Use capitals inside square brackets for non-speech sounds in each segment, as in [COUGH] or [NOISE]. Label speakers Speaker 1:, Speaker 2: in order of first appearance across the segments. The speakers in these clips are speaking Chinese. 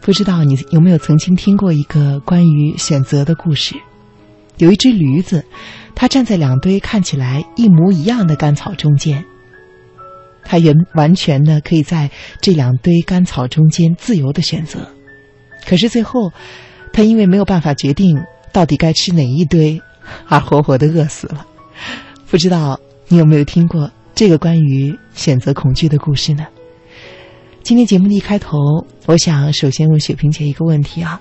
Speaker 1: 不知道你有没有曾经听过一个关于选择的故事？有一只驴子，它站在两堆看起来一模一样的干草中间，它原完全的可以在这两堆干草中间自由的选择。可是最后，它因为没有办法决定到底该吃哪一堆，而活活的饿死了。不知道你有没有听过这个关于选择恐惧的故事呢？今天节目的一开头，我想首先问雪萍姐一个问题啊，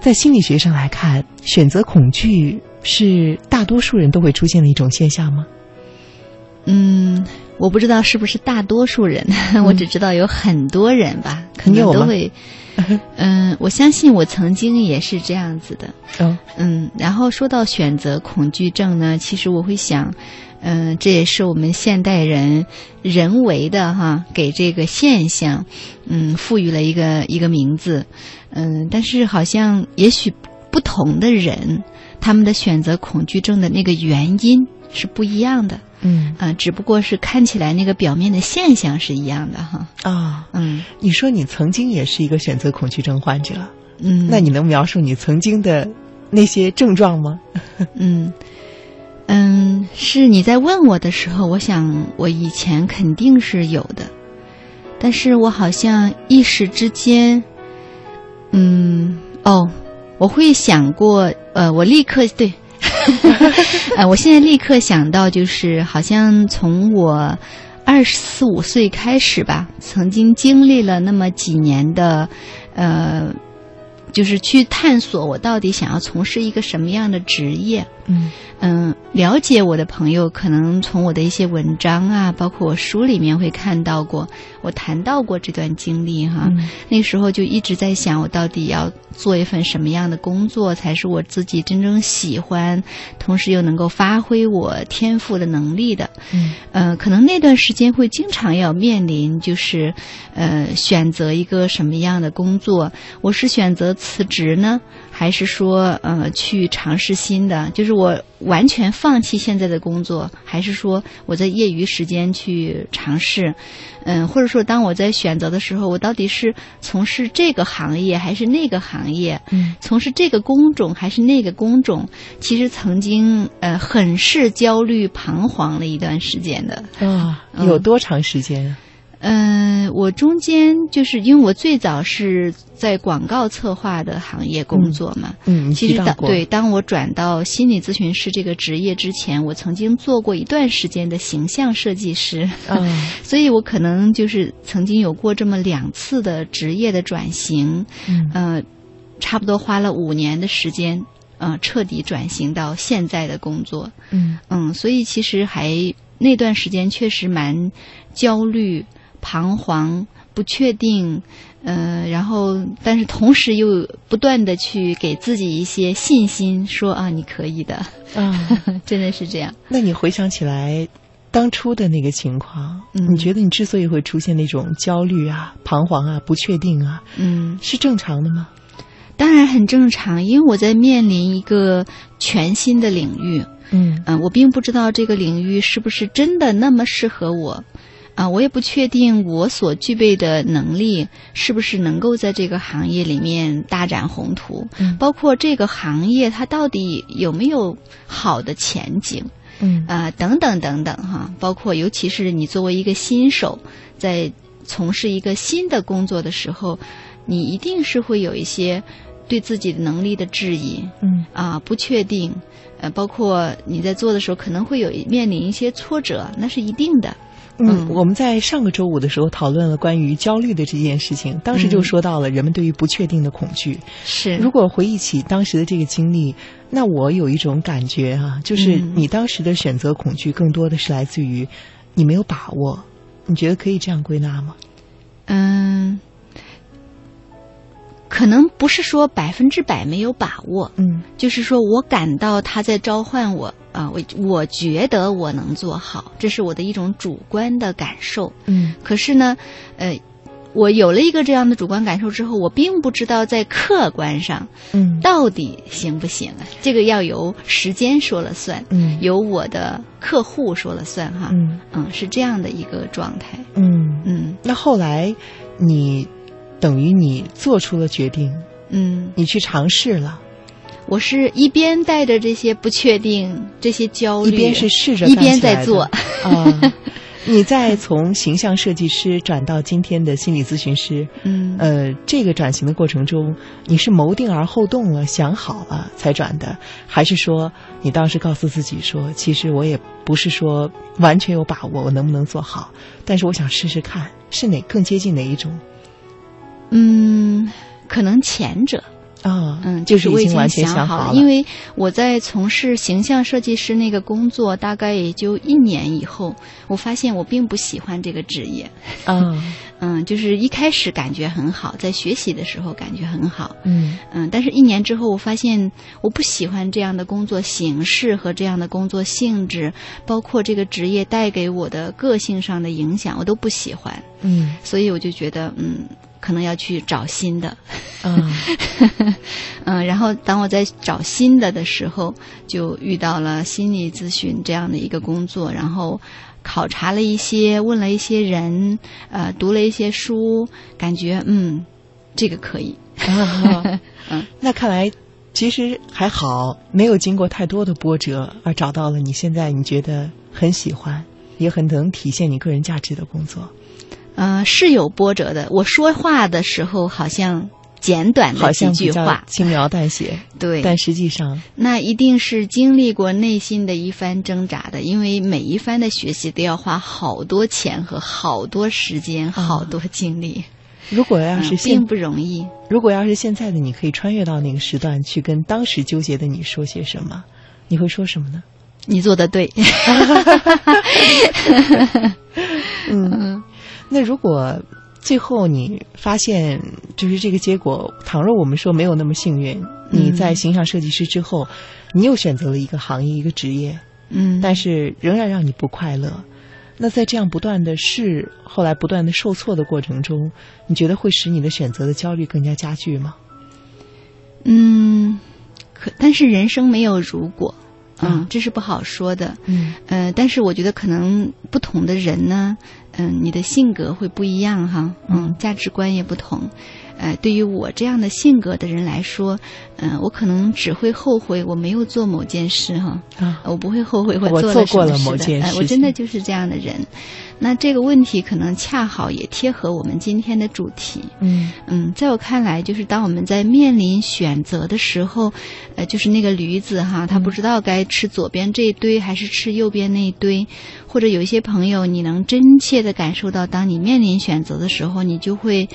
Speaker 1: 在心理学上来看，选择恐惧是大多数人都会出现的一种现象吗？
Speaker 2: 嗯，我不知道是不是大多数人， [LAUGHS] 我只知道有很多人吧，可能都会。嗯，我相信我曾经也是这样子的。
Speaker 1: 哦，
Speaker 2: 嗯，然后说到选择恐惧症呢，其实我会想，嗯、这也是我们现代人人为的哈，给这个现象，嗯，赋予了一个一个名字。嗯，但是好像也许不同的人，他们的选择恐惧症的那个原因是不一样的。
Speaker 1: 嗯
Speaker 2: 啊、只不过是看起来那个表面的现象是一样的哈。
Speaker 1: 啊、
Speaker 2: 嗯
Speaker 1: 你说你曾经也是一个选择恐惧症患者，
Speaker 2: 嗯，
Speaker 1: 那你能描述你曾经的那些症状吗？
Speaker 2: [LAUGHS] 嗯，嗯，是你在问我的时候，我想我以前肯定是有的，但是我好像一时之间，嗯，哦，我会想过，呃，我立刻对， [LAUGHS] 呃，我现在立刻想到就是，好像从我二十四五岁开始吧，曾经经历了那么几年的，呃。就是去探索我到底想要从事一个什么样的职业，
Speaker 1: 嗯
Speaker 2: 嗯，了解我的朋友，可能从我的一些文章啊，包括我书里面会看到过，我谈到过这段经历哈。
Speaker 1: 嗯
Speaker 2: 那时候就一直在想，我到底要做一份什么样的工作，才是我自己真正喜欢，同时又能够发挥我天赋的能力的。
Speaker 1: 嗯
Speaker 2: 呃，可能那段时间会经常要面临，就是，呃，选择一个什么样的工作，我是选择辞职呢，还是说，呃，去尝试新的？就是我完全放弃现在的工作，还是说我在业余时间去尝试？嗯、或者说，当我在选择的时候，我到底是从事这个行业还是那个行业？
Speaker 1: 嗯
Speaker 2: 从事这个工种还是那个工种，其实曾经呃很是焦虑彷徨了一段时间的。
Speaker 1: 啊、
Speaker 2: 嗯
Speaker 1: 有多长时间啊？
Speaker 2: 嗯、我中间就是因为我最早是在广告策划的行业工作嘛。
Speaker 1: 嗯，你
Speaker 2: 其
Speaker 1: 提
Speaker 2: 实
Speaker 1: 到
Speaker 2: 当
Speaker 1: 过
Speaker 2: 对，当我转到心理咨询师这个职业之前，我曾经做过一段时间的形象设
Speaker 1: [LAUGHS]
Speaker 2: 计师。
Speaker 1: 啊、
Speaker 2: 所以我可能就是曾经有过这么两次的职业的转型，
Speaker 1: 嗯
Speaker 2: 呃，差不多花了五年的时间，呃，彻底转型到现在的工作，
Speaker 1: 嗯
Speaker 2: 嗯，所以其实还那段时间确实蛮焦虑、彷徨、不确定，呃，然后但是同时又不断的去给自己一些信心，说啊，你可以的，
Speaker 1: 啊。
Speaker 2: 真的是这样。
Speaker 1: 那你回想起来当初的那个情况，
Speaker 2: 嗯
Speaker 1: 你觉得你之所以会出现那种焦虑啊、彷徨啊、不确定啊，
Speaker 2: 嗯，
Speaker 1: 是正常的吗？
Speaker 2: 当然很正常，因为我在面临一个全新的领域，
Speaker 1: 嗯
Speaker 2: 嗯、我并不知道这个领域是不是真的那么适合我，啊、我也不确定我所具备的能力是不是能够在这个行业里面大展宏图，
Speaker 1: 嗯
Speaker 2: 包括这个行业它到底有没有好的前景。
Speaker 1: 嗯
Speaker 2: 啊、等等等等哈，包括尤其是你作为一个新手，在从事一个新的工作的时候，你一定是会有一些对自己的能力的质疑
Speaker 1: 嗯
Speaker 2: 啊、不确定，呃，包括你在做的时候可能会有面临一些挫折，那是一定的。
Speaker 1: 嗯
Speaker 2: 嗯，
Speaker 1: 我们在上个周五的时候讨论了关于焦虑的这件事情，当时就
Speaker 2: 嗯
Speaker 1: 说到了人们对于不确定的恐惧。
Speaker 2: 是
Speaker 1: 如果回忆起当时的这个经历，那我有一种感觉啊，就是
Speaker 2: 嗯
Speaker 1: 你当时的选择恐惧更多的是来自于你没有把握。你觉得可以这样归纳吗？
Speaker 2: 嗯，可能不是说百分之百没有把握，
Speaker 1: 嗯
Speaker 2: 就是说我感到他在召唤我啊，我我觉得我能做好，这是我的一种主观的感受。
Speaker 1: 嗯
Speaker 2: 可是呢，呃，我有了一个这样的主观感受之后，我并不知道在客观上
Speaker 1: 嗯
Speaker 2: 到底行不行啊，这个要由时间说了算，
Speaker 1: 嗯
Speaker 2: 由我的客户说了算哈。
Speaker 1: 嗯
Speaker 2: 嗯，是这样的一个状态。
Speaker 1: 嗯。
Speaker 2: 嗯
Speaker 1: 那后来你等于你做出了决定，
Speaker 2: 嗯，
Speaker 1: 你去尝试了，
Speaker 2: 我是一边带着这些不确定、这些焦虑，
Speaker 1: 一边是试着
Speaker 2: 一边
Speaker 1: 干起
Speaker 2: 在
Speaker 1: 来的
Speaker 2: 做
Speaker 1: 啊。 [LAUGHS] 你再从形象设计师转到今天的心理咨询师，
Speaker 2: 嗯
Speaker 1: 呃，这个转型的过程中，你是谋定而后动了，想好了才转的，还是说你当时告诉自己说，其实我也不是说完全有把握我能不能做好，但是我想试试看，是哪更接近哪一种
Speaker 2: 嗯，可能前者，
Speaker 1: 啊？
Speaker 2: 嗯，
Speaker 1: 就是是
Speaker 2: 我
Speaker 1: 已
Speaker 2: 已
Speaker 1: 经完全
Speaker 2: 想
Speaker 1: 好了，
Speaker 2: 因为我在从事形象设计师那个工作，大概也就一年以后，我发现我并不喜欢这个职业。
Speaker 1: 啊，
Speaker 2: 嗯，就是一开始感觉很好，在学习的时候感觉很好，
Speaker 1: 嗯
Speaker 2: 嗯，但是一年之后，我发现我不喜欢这样的工作形式和这样的工作性质，包括这个职业带给我的个性上的影响，我都不喜欢，
Speaker 1: 嗯
Speaker 2: 所以我就觉得，嗯，可能要去找新的， [LAUGHS]
Speaker 1: 啊，
Speaker 2: 嗯，然后当我在找新的的时候，就遇到了心理咨询这样的一个工作，然后考察了一些，问了一些人，呃，读了一些书，感觉嗯，这个可以，
Speaker 1: 啊
Speaker 2: 嗯，
Speaker 1: 那看来其实还好，没有经过太多的波折，而找到了你现在你觉得很喜欢，也很能体现你个人价值的工作，
Speaker 2: 呃，是有波折的。我说话的时候好像简短
Speaker 1: 好
Speaker 2: 的嗯几
Speaker 1: 像比
Speaker 2: 句
Speaker 1: 较
Speaker 2: 话，
Speaker 1: 轻描淡写，
Speaker 2: [LAUGHS] 对，
Speaker 1: 但实际上，
Speaker 2: 那一定是经历过内心的一番挣扎的，因为每一番的学习都要花好多钱和好多时间、好多精力，
Speaker 1: 如果要
Speaker 2: 嗯
Speaker 1: 是现、
Speaker 2: 并不容易。
Speaker 1: 如果要是现在的你可以穿越到那个时段去跟当时纠结的你说些什么，你会说什么呢？
Speaker 2: 你做的对，
Speaker 1: 嗯，那如果最后你发现就是这个结果，倘若我们说没有那么幸运，你在形象设计师之后，你又选择了一个行业一个职业，
Speaker 2: 嗯，
Speaker 1: 但是仍然让你不快乐，那在这样不断的试，后来不断的受挫的过程中，你觉得会使你的选择的焦虑更加加剧吗？
Speaker 2: 嗯，可但是人生没有如果，嗯，
Speaker 1: 啊
Speaker 2: 这是不好说的。
Speaker 1: 嗯
Speaker 2: 呃，但是我觉得可能不同的人呢，嗯、你的性格会不一样哈，嗯，
Speaker 1: 嗯
Speaker 2: 价值观也不同。呃，对于我这样的性格的人来说，嗯、我可能只会后悔我没有做某件事哈，
Speaker 1: 啊
Speaker 2: 我不会后悔
Speaker 1: 我
Speaker 2: 做
Speaker 1: 做
Speaker 2: 了什
Speaker 1: 过
Speaker 2: 么
Speaker 1: 了
Speaker 2: 事
Speaker 1: 某
Speaker 2: 的
Speaker 1: 件
Speaker 2: 哎
Speaker 1: 事
Speaker 2: 我真的
Speaker 1: 情
Speaker 2: 就是这样的人。那这个问题可能恰好也贴合我们今天的主题，
Speaker 1: 嗯
Speaker 2: 嗯，在我看来，就是当我们在面临选择的时候，呃，就是那个驴子哈，他不知道该吃左边这一堆还是吃右边那一堆，或者有一些朋友，你能真切的感受到，当你面临选择的时候，你就会，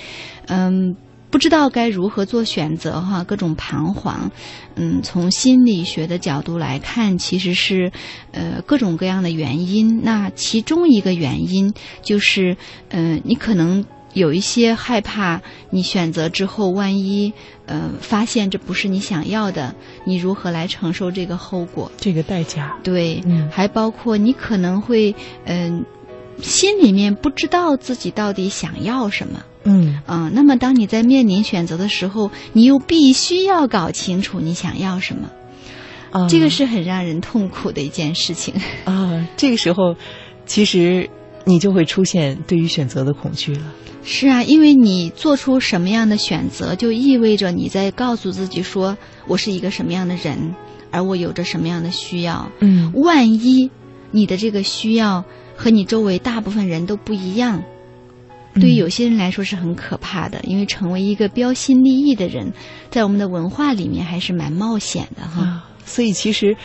Speaker 2: 嗯。不知道该如何做选择哈，各种彷徨，嗯，从心理学的角度来看，其实是，呃，各种各样的原因。那其中一个原因就是，呃，你可能有一些害怕，你选择之后，万一呃发现这不是你想要的，你如何来承受这个后果？
Speaker 1: 这个代价，
Speaker 2: 对，
Speaker 1: 嗯
Speaker 2: 还包括你可能会，嗯、心里面不知道自己到底想要什么。
Speaker 1: 嗯
Speaker 2: 嗯、那么当你在面临选择的时候，你又必须要搞清楚你想要什么，
Speaker 1: 啊，
Speaker 2: 这个是很让人痛苦的一件事情。
Speaker 1: 啊，这个时候其实你就会出现对于选择的恐惧了。
Speaker 2: 是啊，因为你做出什么样的选择，就意味着你在告诉自己说，我是一个什么样的人，而我有着什么样的需要。
Speaker 1: 嗯
Speaker 2: 万一你的这个需要和你周围大部分人都不一样，
Speaker 1: 嗯
Speaker 2: 对于有些人来说是很可怕的，因为成为一个标新立异的人，在我们的文化里面还是蛮冒险的哈。
Speaker 1: 啊，所以其实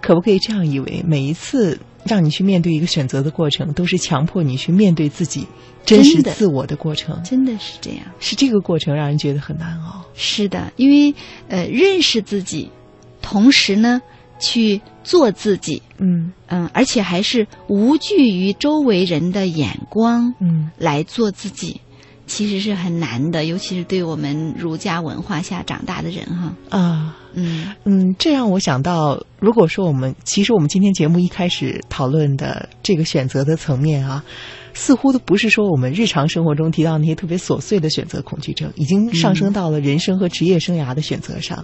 Speaker 1: 可不可以这样以为，每一次让你去面对一个选择的过程，都是强迫你去面对自己真实
Speaker 2: 真的
Speaker 1: 自我的过程，
Speaker 2: 真的是这样，
Speaker 1: 是这个过程让人觉得很难熬。
Speaker 2: 是的，因为呃，认识自己，同时呢，去做自己，
Speaker 1: 嗯
Speaker 2: 嗯，而且还是无惧于周围人的眼光
Speaker 1: 嗯
Speaker 2: 来做自己，其实是很难的，尤其是对我们儒家文化下长大的人哈。
Speaker 1: 啊。
Speaker 2: 嗯
Speaker 1: 嗯，这让我想到，如果说我们其实我们今天节目一开始讨论的这个选择的层面啊，似乎都不是说我们日常生活中提到那些特别琐碎的选择恐惧症，已经上升到了人生和职业生涯的选择上，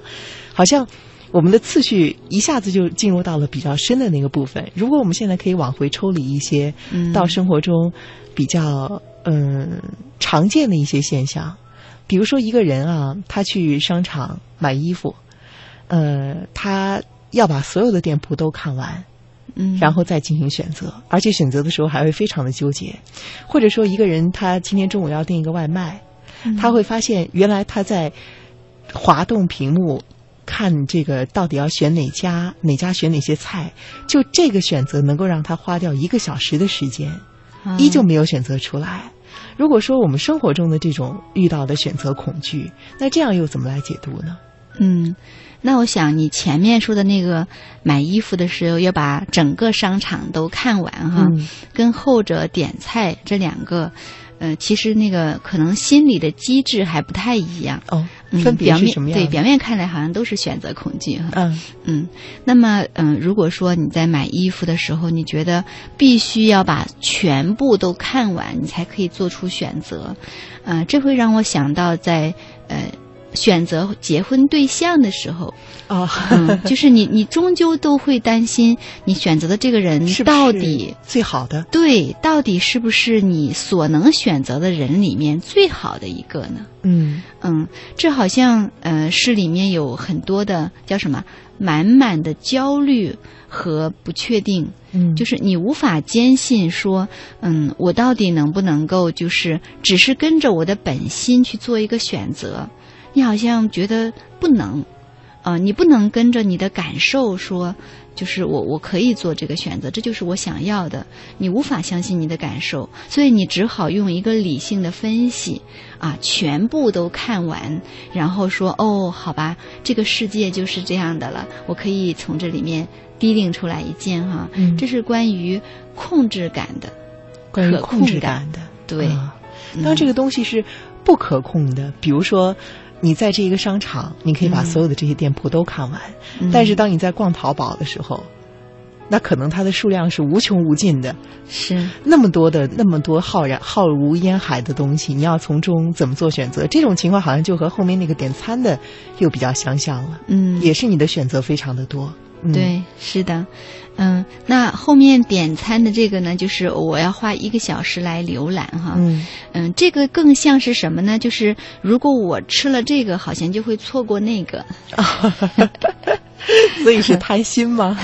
Speaker 1: 好像。我们的次序一下子就进入到了比较深的那个部分。如果我们现在可以往回抽离一些，
Speaker 2: 嗯，
Speaker 1: 呃到生活中比较嗯常见的一些现象，比如说一个人啊，他去商场买衣服，呃，他要把所有的店铺都看完，
Speaker 2: 嗯，
Speaker 1: 然后再进行选择，而且选择的时候还会非常的纠结。或者说，一个人他今天中午要订一个外卖，
Speaker 2: 嗯
Speaker 1: 他会发现原来他在滑动屏幕看这个到底要选哪家，哪家选哪些菜，就这个选择能够让他花掉一个小时的时间，
Speaker 2: 啊
Speaker 1: 依旧没有选择出来。如果说我们生活中的这种遇到的选择恐惧，那这样又怎么来解读呢？
Speaker 2: 嗯，那我想你前面说的那个买衣服的时候要把整个商场都看完哈，
Speaker 1: 嗯
Speaker 2: 跟后者点菜这两个，呃，其实那个可能心理的机制还不太一样。
Speaker 1: 哦，
Speaker 2: 嗯，
Speaker 1: 分别
Speaker 2: 表
Speaker 1: 是
Speaker 2: 面
Speaker 1: 什么样
Speaker 2: 对
Speaker 1: 的？
Speaker 2: 表面看来好像都是选择恐惧哈。
Speaker 1: 嗯
Speaker 2: 嗯，那么嗯、如果说你在买衣服的时候，你觉得必须要把全部都看完，你才可以做出选择，呃，这会让我想到在呃选择结婚对象的时候，
Speaker 1: 哦，
Speaker 2: 嗯，就是你你终究都会担心你选择的这个人
Speaker 1: 是不是
Speaker 2: 到底
Speaker 1: [LAUGHS] 最好的？
Speaker 2: 对到底是不是你所能选择的人里面最好的一个呢？
Speaker 1: 嗯
Speaker 2: 嗯，这好像呃是里面有很多的叫什么满满的焦虑和不确定，
Speaker 1: 嗯，
Speaker 2: 就是你无法坚信说，嗯，我到底能不能够就是只是跟着我的本心去做一个选择？你好像觉得不能，呃，你不能跟着你的感受说，就是我我可以做这个选择，这就是我想要的。你无法相信你的感受，所以你只好用一个理性的分析啊，全部都看完，然后说哦，好吧，这个世界就是这样的了，我可以从这里面滴定出来一件哈、
Speaker 1: 嗯
Speaker 2: 这是关于控制感的，
Speaker 1: 关于
Speaker 2: 可
Speaker 1: 控制
Speaker 2: 控
Speaker 1: 感的。
Speaker 2: 对。嗯
Speaker 1: 啊当这
Speaker 2: 个
Speaker 1: 个东西是不可控的，比如说。你在这一个商场，你可以把
Speaker 2: 嗯
Speaker 1: 所有的这些店铺都看完，但是当你在逛淘宝的时候，那可能它的数量是无穷无尽的，
Speaker 2: 是
Speaker 1: 那么多的那么多浩然浩如烟海的东西，你要从中怎么做选择？这种情况好像就和后面那个点餐的又比较相像了，
Speaker 2: 嗯
Speaker 1: 也是你的选择非常的多。嗯、，
Speaker 2: 对，是的，嗯，那后面点餐的这个呢，就是我要花一个小时来浏览哈，
Speaker 1: 嗯
Speaker 2: 嗯，这个更像是什么呢？就是如果我吃了这个，好像就会错过那个，嗯
Speaker 1: 所以是贪心吗？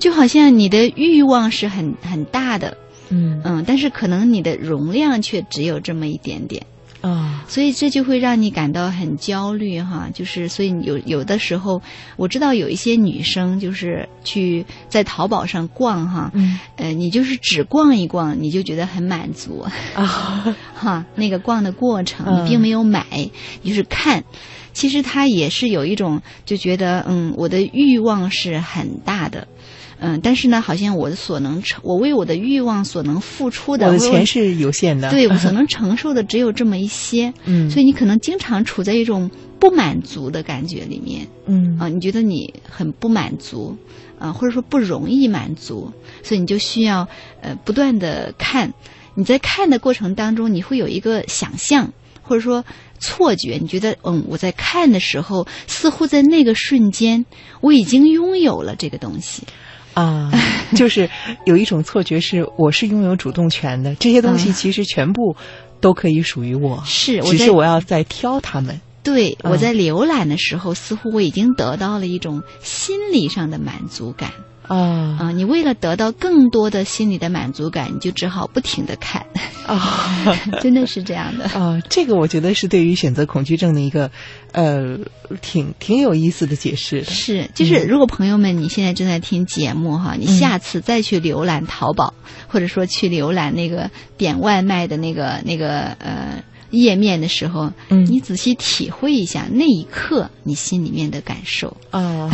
Speaker 2: 就好像你的欲望是很很大的，
Speaker 1: 嗯
Speaker 2: [LAUGHS] 嗯，但是可能你的容量却只有这么一点点，
Speaker 1: 啊，
Speaker 2: 所以这就会让你感到很焦虑哈。就是所以有有的时候，我知道有一些女生就是去在淘宝上逛哈，
Speaker 1: 嗯
Speaker 2: 呃，你就是只逛一逛，你就觉得很满足
Speaker 1: 啊，
Speaker 2: 哈。那个逛的过程，
Speaker 1: 嗯
Speaker 2: 你并没有买，你就是看。其实它也是有一种就觉得，嗯，我的欲望是很大的，嗯，但是呢，好像我所能承，我为我的欲望所能付出
Speaker 1: 我
Speaker 2: 的，
Speaker 1: 的
Speaker 2: 为我
Speaker 1: 钱是有限的。
Speaker 2: 对我所能承受的只有这么一些，
Speaker 1: 嗯，
Speaker 2: 所以你可能经常处在一种不满足的感觉里面。
Speaker 1: 嗯
Speaker 2: 啊，你觉得你很不满足，啊，或者说不容易满足，所以你就需要呃不断的看。你在看的过程当中，你会有一个想象，或者说错觉，你觉得嗯，我在看的时候，似乎在那个瞬间，我已经拥有了这个东西。
Speaker 1: 啊，就是有一种错觉是我是拥有主动权的，这些东西
Speaker 2: 嗯
Speaker 1: 其实全部都可以属于我，
Speaker 2: 是，我
Speaker 1: 只
Speaker 2: 在
Speaker 1: 是我要在挑他们。
Speaker 2: 对、我
Speaker 1: 嗯
Speaker 2: 在浏览的时候，似乎我已经得到了一种心理上的满足感
Speaker 1: 啊
Speaker 2: 啊、你为了得到更多的心理的满足感，你就只好不停的看。 [LAUGHS]
Speaker 1: 啊
Speaker 2: 真的是这样
Speaker 1: [LAUGHS]
Speaker 2: 的。
Speaker 1: 啊！这个我觉得是对于选择恐惧症的一个，呃，挺挺有意思的解释的。
Speaker 2: 是，就是
Speaker 1: 嗯
Speaker 2: 如果朋友们你现在正在听节目哈，你
Speaker 1: 嗯
Speaker 2: 下次再去浏览淘宝，或者说去浏览那个点外卖的那个那个呃页面的时候，
Speaker 1: 嗯
Speaker 2: 你仔细体会一下那一刻你心里面的感受。
Speaker 1: 啊，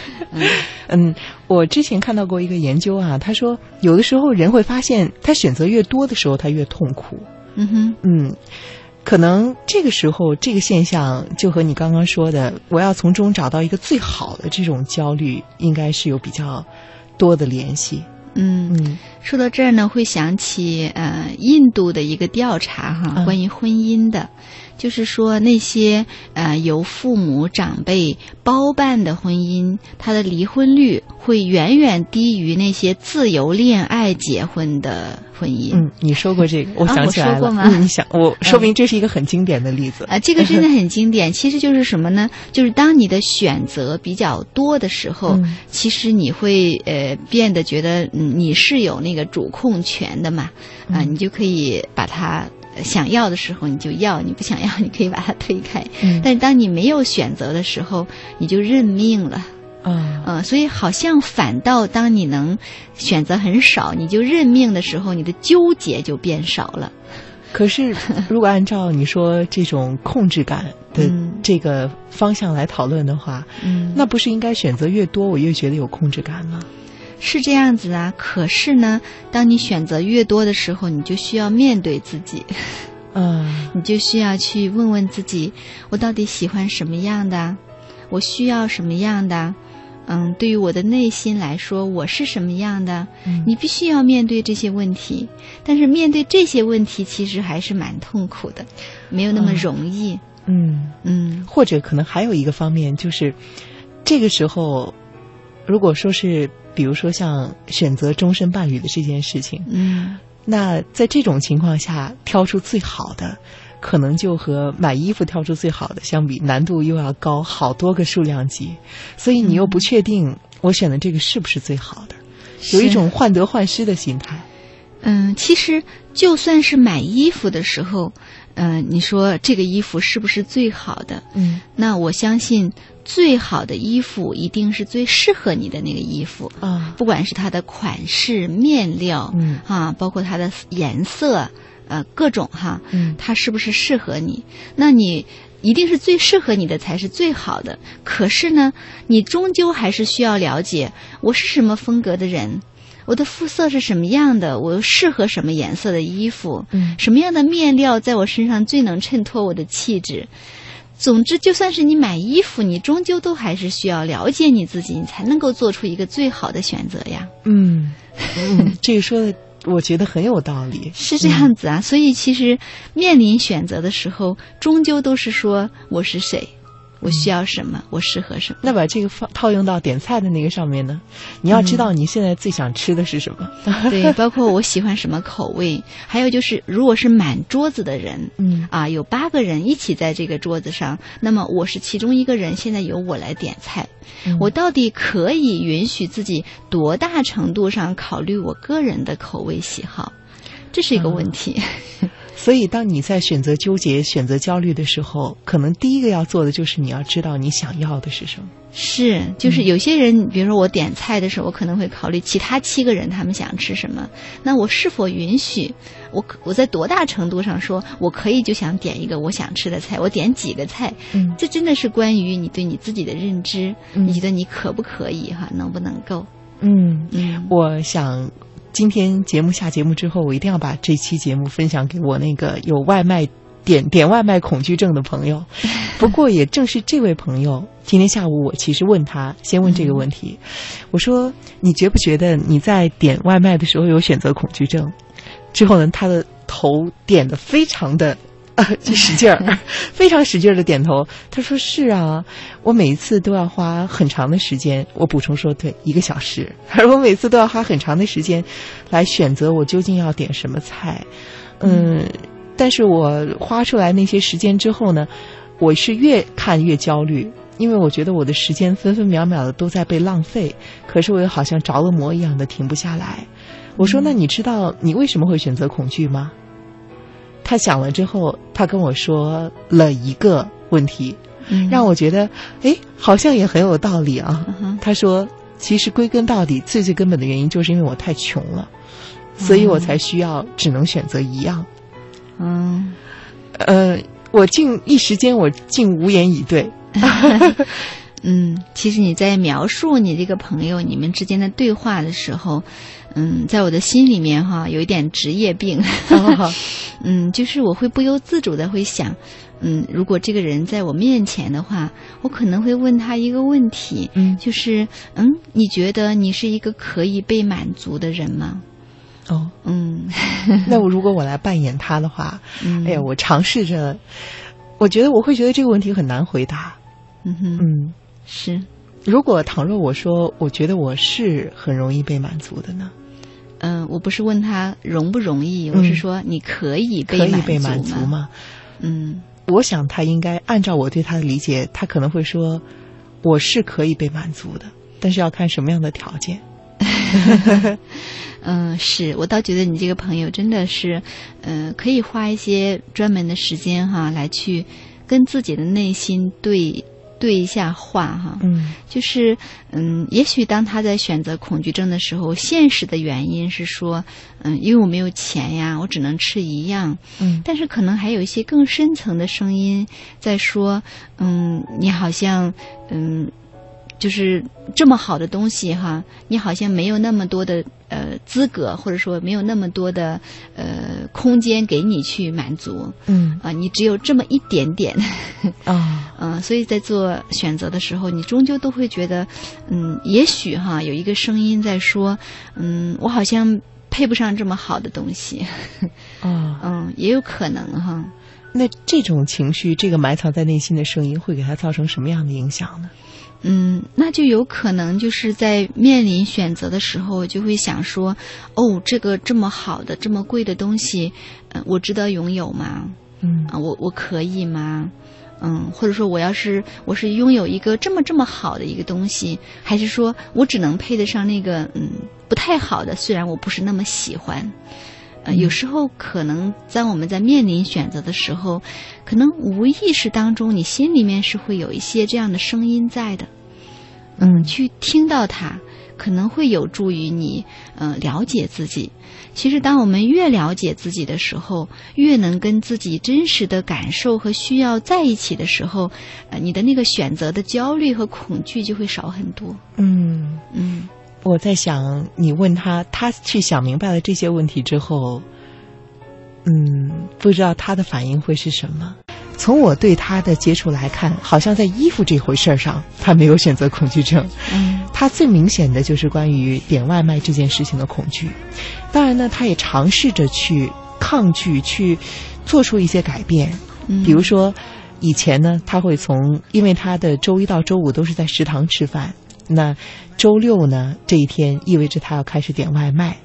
Speaker 1: [LAUGHS] 嗯，我之前看到过一个研究啊，他说有的时候人会发现，他选择越多的时候，他越痛苦。
Speaker 2: 嗯哼，
Speaker 1: 嗯，可能这个时候这个现象就和你刚刚说的，我要从中找到一个最好的这种焦虑，应该是有比较多的联系。
Speaker 2: 嗯，
Speaker 1: 嗯
Speaker 2: 说到这儿呢，会想起呃印度的一个调查哈，
Speaker 1: 嗯
Speaker 2: 关于婚姻的，就是说那些呃由父母长辈包办的婚姻，它的离婚率会远远低于那些自由恋爱结婚的婚姻。
Speaker 1: 嗯，你说过这个，我
Speaker 2: 啊
Speaker 1: 想
Speaker 2: 我
Speaker 1: 起
Speaker 2: 说
Speaker 1: 来了。
Speaker 2: 过吗
Speaker 1: 嗯、你想，我说明这是一个很经典的例子。
Speaker 2: 啊，这个真的很经典。其实就是什么呢？就是当你的选择比较多的时候，
Speaker 1: 嗯
Speaker 2: 其实你会呃变得觉得嗯你是有那个主控权的嘛，啊，
Speaker 1: 嗯
Speaker 2: 你就可以把它呃想要的时候你就要，你不想要你可以把它推开。
Speaker 1: 嗯
Speaker 2: 但是当你没有选择的时候，你就认命了。
Speaker 1: 啊，
Speaker 2: 嗯，所以好像反倒当你能选择很少，你就认命的时候，你的纠结就变少了。
Speaker 1: 可
Speaker 2: [LAUGHS]
Speaker 1: 是如果按照你说这种控制感的
Speaker 2: 嗯
Speaker 1: 这个方向来讨论的话，
Speaker 2: 嗯，
Speaker 1: 那不是应该选择越多，我越觉得有控制感吗？
Speaker 2: 是这样子啊。可是呢，当你选择越多的时候，你就需要面对自己，嗯
Speaker 1: 啊，
Speaker 2: 你就需要去问问自己，我到底喜欢什么样的，我需要什么样的。嗯，对于我的内心来说，我是什么样的？
Speaker 1: 嗯
Speaker 2: 你必须要面对这些问题，但是面对这些问题其实还是蛮痛苦的，没有那么
Speaker 1: 嗯
Speaker 2: 容易。
Speaker 1: 嗯，
Speaker 2: 嗯
Speaker 1: 或者可能还有一个方面就是，这个时候，如果说是比如说像选择终身伴侣的这件事情，
Speaker 2: 嗯
Speaker 1: 那在这种情况下，挑出最好的，可能就和买衣服挑出最好的相比，难度又要高好多个数量级，所以你又不确定我选的这个是不是最好的，有一
Speaker 2: 是
Speaker 1: 种患得患失的心态。
Speaker 2: 嗯，其实就算是买衣服的时候，嗯，你说这个衣服是不是最好的？
Speaker 1: 嗯
Speaker 2: 那我相信最好的衣服一定是最适合你的那个衣服，
Speaker 1: 啊，
Speaker 2: 不管是它的款式、面料，
Speaker 1: 嗯
Speaker 2: 啊，包括它的颜色，呃，各种哈，
Speaker 1: 嗯
Speaker 2: 它是不是适合你？那你一定是最适合你的才是最好的。可是呢，你终究还是需要了解我是什么风格的人，我的肤色是什么样的，我又适合什么颜色的衣服，
Speaker 1: 嗯
Speaker 2: 什么样的面料在我身上最能衬托我的气质。总之，就算是你买衣服，你终究都还是需要了解你自己，你才能够做出一个最好的选择呀。
Speaker 1: 嗯嗯，这个说的我觉得很有道理。
Speaker 2: 是这样子啊，所以其实面临选择的时候，终究都是说我是谁，我需要什么，我适合什
Speaker 1: [LAUGHS]
Speaker 2: 么。
Speaker 1: 那把这个放套用到点菜的那个上面呢，你要知道你现在最想吃的是什么。
Speaker 2: 对，包括我喜欢什么口味，还有就是，如果是满桌子的人，
Speaker 1: 嗯
Speaker 2: 啊，有八个人一起在这个桌子上，那么我是其中一个人，现在由我来点菜。
Speaker 1: 嗯
Speaker 2: 我到底可以允许自己多大程度上考虑我个人的口味喜好？这是一个问题。
Speaker 1: 所以，当你在选择纠结、选择焦虑的时候，可能第一个要做的就是你要知道你想要的是什么。
Speaker 2: [LAUGHS] 是，就是有些人，比如说我点菜的时候，我可能会考虑其他七个人他们想吃什么，那我是否允许我可我在多大程度上说我可以就想点一个我想吃的菜，我点几个菜，
Speaker 1: 嗯
Speaker 2: 这真的是关于你对你自己的认知，
Speaker 1: 嗯
Speaker 2: 你觉得你可不可以哈，能不能够？
Speaker 1: 嗯，
Speaker 2: 嗯，
Speaker 1: 我想今天节目下节目之后，我一定要把这期节目分享给我那个有外卖点点外卖恐惧症的朋友。不过，也正是这位朋友，今天下午我其实问他，先问这个问题，我说：“你觉不觉得你在点外卖的时候有选择恐惧症？”之后呢，他的头点的非常的。啊， [LAUGHS] 就使劲儿，非常使劲儿的点头。他说：“是啊，我每一次都要花很长的时间。”我补充说：“对，一个小时。”他说：“我每次都要花很长的时间，来选择我究竟要点什么菜。”嗯，但是我花出来那些时间之后呢，我是越看越焦虑，因为我觉得我的时间分分秒秒的都在被浪费，可是我又好像着了魔一样的停不下来。我说：“
Speaker 2: 嗯
Speaker 1: 那你知道你为什么会选择恐惧吗？”他想了之后，他跟我说了一个问题，
Speaker 2: 嗯
Speaker 1: 让我觉得，哎，好像也很有道理啊。
Speaker 2: 嗯哼
Speaker 1: 他说，其实归根到底，最最根本的原因就是因为我太穷了，所以我才需要只能选择一样。
Speaker 2: 嗯，
Speaker 1: 呃，我竟一时间我竟无言以
Speaker 2: [LAUGHS]
Speaker 1: 对。
Speaker 2: [LAUGHS] 嗯，其实你在描述你这个朋友你们之间的对话的时候，嗯，在我的心里面哈，有一点职
Speaker 1: [LAUGHS]
Speaker 2: 业病，嗯，就是我会不由自主的会想，嗯，如果这个人在我面前的话，我可能会问他一个问题，
Speaker 1: 嗯，
Speaker 2: 就是，嗯，你觉得你是一个可以被满足的人吗？
Speaker 1: 哦，
Speaker 2: 嗯，
Speaker 1: [LAUGHS] 那我如果我来扮演他的话，
Speaker 2: 嗯
Speaker 1: 哎呀，，我尝试着，我觉得我会觉得这个问题很难回答。
Speaker 2: 嗯哼，
Speaker 1: 嗯，
Speaker 2: 是，
Speaker 1: 如果倘若我说我觉得我是很容易被满足的呢？
Speaker 2: 嗯，我不是问他容不容易，我是说你可以
Speaker 1: 嗯可
Speaker 2: 被
Speaker 1: 以被
Speaker 2: 满
Speaker 1: 满
Speaker 2: 足
Speaker 1: 足
Speaker 2: 吗？
Speaker 1: 吗？ [LAUGHS]
Speaker 2: 嗯，
Speaker 1: 我想他应该按照我对他的理解，他可能会说我是可以被满足的，但是要看什么样的条件。
Speaker 2: 嗯，是我倒觉得你这个朋友真的是，呃，可以花一些专门的时间哈，来去跟自己的内心对对一下话哈。
Speaker 1: 嗯
Speaker 2: 就是，嗯，也许当他在选择恐惧症的时候，现实的原因是说，嗯，因为我没有钱呀，我只能吃一样。
Speaker 1: 嗯
Speaker 2: 但是可能还有一些更深层的声音在说，嗯，你好像，嗯，就是这么好的东西哈，你好像没有那么多的呃资格，或者说没有那么多的呃空间给你去满足
Speaker 1: 嗯
Speaker 2: 啊、你只有这么一点点，
Speaker 1: 啊
Speaker 2: 嗯、所以在做选择的时候，你终究都会觉得，嗯，也许哈有一个声音在说，嗯，我好像配不上这么好的东西，
Speaker 1: 啊！
Speaker 2: 嗯，也有可能哈，
Speaker 1: 那这种情绪，这个埋藏在内心的声音，会给他造成什么样的影响呢？
Speaker 2: 嗯，那就有可能就是在面临选择的时候，就会想说，哦，这个这么好的、这么贵的东西，嗯、我值得拥有吗？
Speaker 1: 嗯
Speaker 2: 啊，我我可以吗？嗯，或者说我要是我是拥有一个这么这么好的一个东西，还是说我只能配得上那个嗯不太好的，虽然我不是那么喜欢。呃，
Speaker 1: 嗯
Speaker 2: 有时候可能在我们在面临选择的时候，可能无意识当中，你心里面是会有一些这样的声音在的。嗯，去听到它，可能会有助于你呃了解自己。其实，当我们越了解自己的时候，越能跟自己真实的感受和需要在一起的时候，呃，你的那个选择的焦虑和恐惧就会少很多。
Speaker 1: 嗯，
Speaker 2: 嗯
Speaker 1: 我在想，你问他，他去想明白了这些问题之后，嗯，不知道他的反应会是什么。从我对他的接触来看，好像在衣服这回事儿上，他没有选择恐惧症。
Speaker 2: 嗯
Speaker 1: 他最明显的就是关于点外卖这件事情的恐惧。当然呢，他也尝试着去抗拒，去做出一些改变。
Speaker 2: 嗯，
Speaker 1: 比如说，以前呢，他会从，因为他的周一到周五都是在食堂吃饭，那周六呢这一天意味着他要开始点外卖。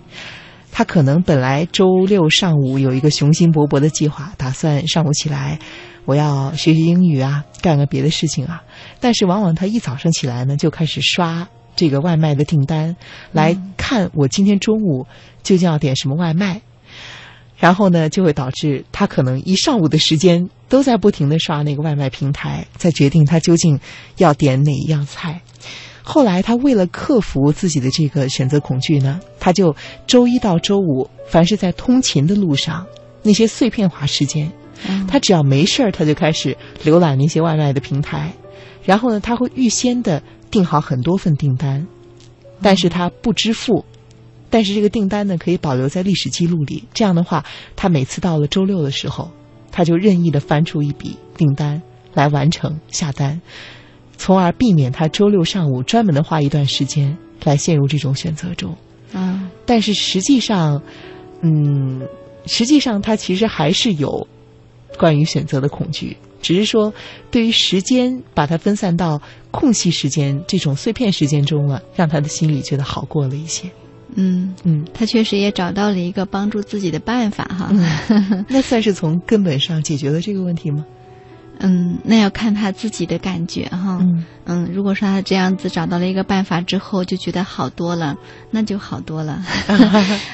Speaker 1: 他可能本来周六上午有一个雄心勃勃的计划，打算上午起来我要学习英语啊，干个别的事情啊。但是往往他一早上起来呢，就开始刷这个外卖的订单，来看我今天中午究竟要点什么外卖。然后呢，就会导致他可能一上午的时间都在不停的刷那个外卖平台，在决定他究竟要点哪一样菜。后来，他为了克服自己的这个选择恐惧呢，他就周一到周五，凡是在通勤的路上，那些碎片化时间，
Speaker 2: 嗯
Speaker 1: 他只要没事儿，他就开始浏览那些外卖的平台，然后呢，他会预先的订好很多份订单，但是他不支付，但是这个订单呢可以保留在历史记录里。这样的话，他每次到了周六的时候，他就任意的翻出一笔订单来完成下单，从而避免他周六上午专门的花一段时间来陷入这种选择中。
Speaker 2: 嗯
Speaker 1: 但是实际上，嗯，实际上他其实还是有关于选择的恐惧，只是说对于时间把它分散到空隙时间这种碎片时间中了，让他的心里觉得好过了一些。
Speaker 2: 嗯，
Speaker 1: 嗯，
Speaker 2: 他确实也找到了一个帮助自己的办法哈。
Speaker 1: 那算是从根本上解决了这个问题吗？
Speaker 2: 嗯，那要看他自己的感觉哈。
Speaker 1: 嗯
Speaker 2: 嗯，如果说他这样子找到了一个办法之后，就觉得好多了，那就好多了。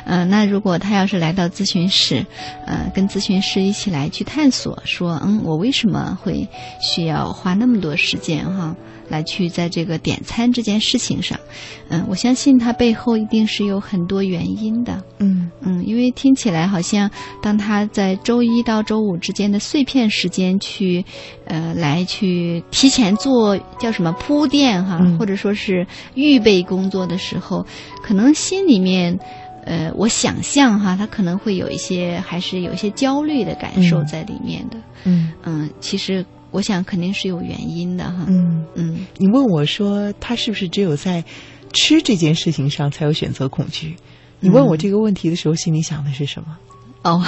Speaker 2: 嗯，那如果他要是来到咨询室，呃，跟咨询师一起来去探索，说，嗯，我为什么会需要花那么多时间哈，来去在这个点餐这件事情上，嗯，我相信他背后一定是有很多原因的。
Speaker 1: 嗯
Speaker 2: 嗯，因为听起来好像，当他在周一到周五之间的碎片时间去，呃，来去提前做叫什么铺垫哈，
Speaker 1: 嗯
Speaker 2: 或者说是预备工作的时候，可能心里面，呃，我想象哈，他可能会有一些还是有一些焦虑的感受
Speaker 1: 嗯
Speaker 2: 在里面的。
Speaker 1: 嗯
Speaker 2: 嗯，其实我想肯定是有原因的哈。
Speaker 1: 嗯，
Speaker 2: 嗯
Speaker 1: 你问我说他是不是只有在嗯吃这件事情上才有选择恐惧？你问我这个问题的时候，心里想的是什么？
Speaker 2: 哦，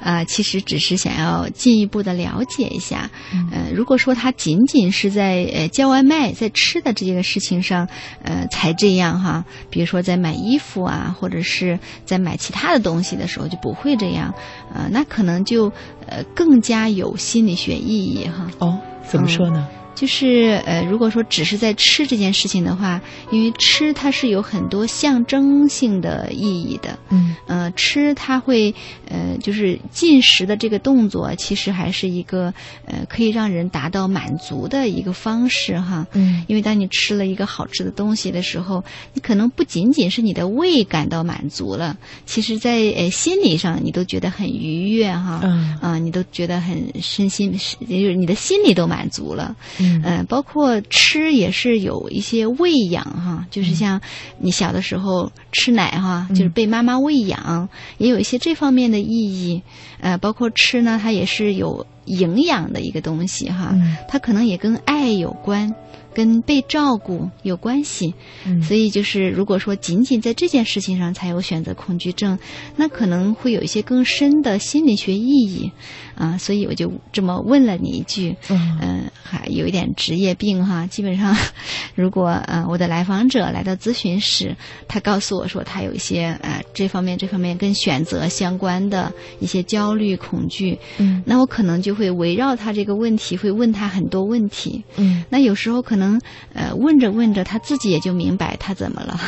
Speaker 2: 啊，其实只是想要进一步的了解一下。呃，如果说他仅仅是在呃叫外卖、在吃的这个事情上，呃，才这样哈。比如说在买衣服啊，或者是在买其他的东西的时候，就不会这样。呃，那可能就呃更加有心理学意义哈。
Speaker 1: 哦，怎么说呢？
Speaker 2: 就是呃，如果说只是在吃这件事情的话，因为吃它是有很多象征性的意义的。
Speaker 1: 嗯，
Speaker 2: 呃，吃它会呃，就是进食的这个动作，其实还是一个呃，可以让人达到满足的一个方式哈。
Speaker 1: 嗯，
Speaker 2: 因为当你吃了一个好吃的东西的时候，你可能不仅仅是你的胃感到满足了，其实在呃心理上你都觉得很愉悦哈。
Speaker 1: 嗯
Speaker 2: 啊、你都觉得很身心，是就是你的心里都满足了。
Speaker 1: 嗯
Speaker 2: 呃，包括吃也是有一些喂养哈，就是像你小的时候吃奶哈，
Speaker 1: 嗯
Speaker 2: 就是被妈妈喂养，也有一些这方面的意义。呃，包括吃呢，它也是有营养的一个东西哈，
Speaker 1: 嗯
Speaker 2: 它可能也跟爱有关。跟被照顾有关系，
Speaker 1: 嗯
Speaker 2: 所以就是如果说仅仅在这件事情上才有选择恐惧症，那可能会有一些更深的心理学意义，啊，所以我就这么问了你一句，
Speaker 1: 嗯
Speaker 2: 嗯，还有一点职业病哈。基本上， [LAUGHS] 如果呃我的来访者来到咨询室，他告诉我说他有一些呃这方面这方面跟选择相关的一些焦虑恐惧，
Speaker 1: 嗯
Speaker 2: 那我可能就会围绕他这个问题，会问他很多问题。
Speaker 1: 嗯，
Speaker 2: 那有时候可能呃问着问着，他自己也就明白他怎么了。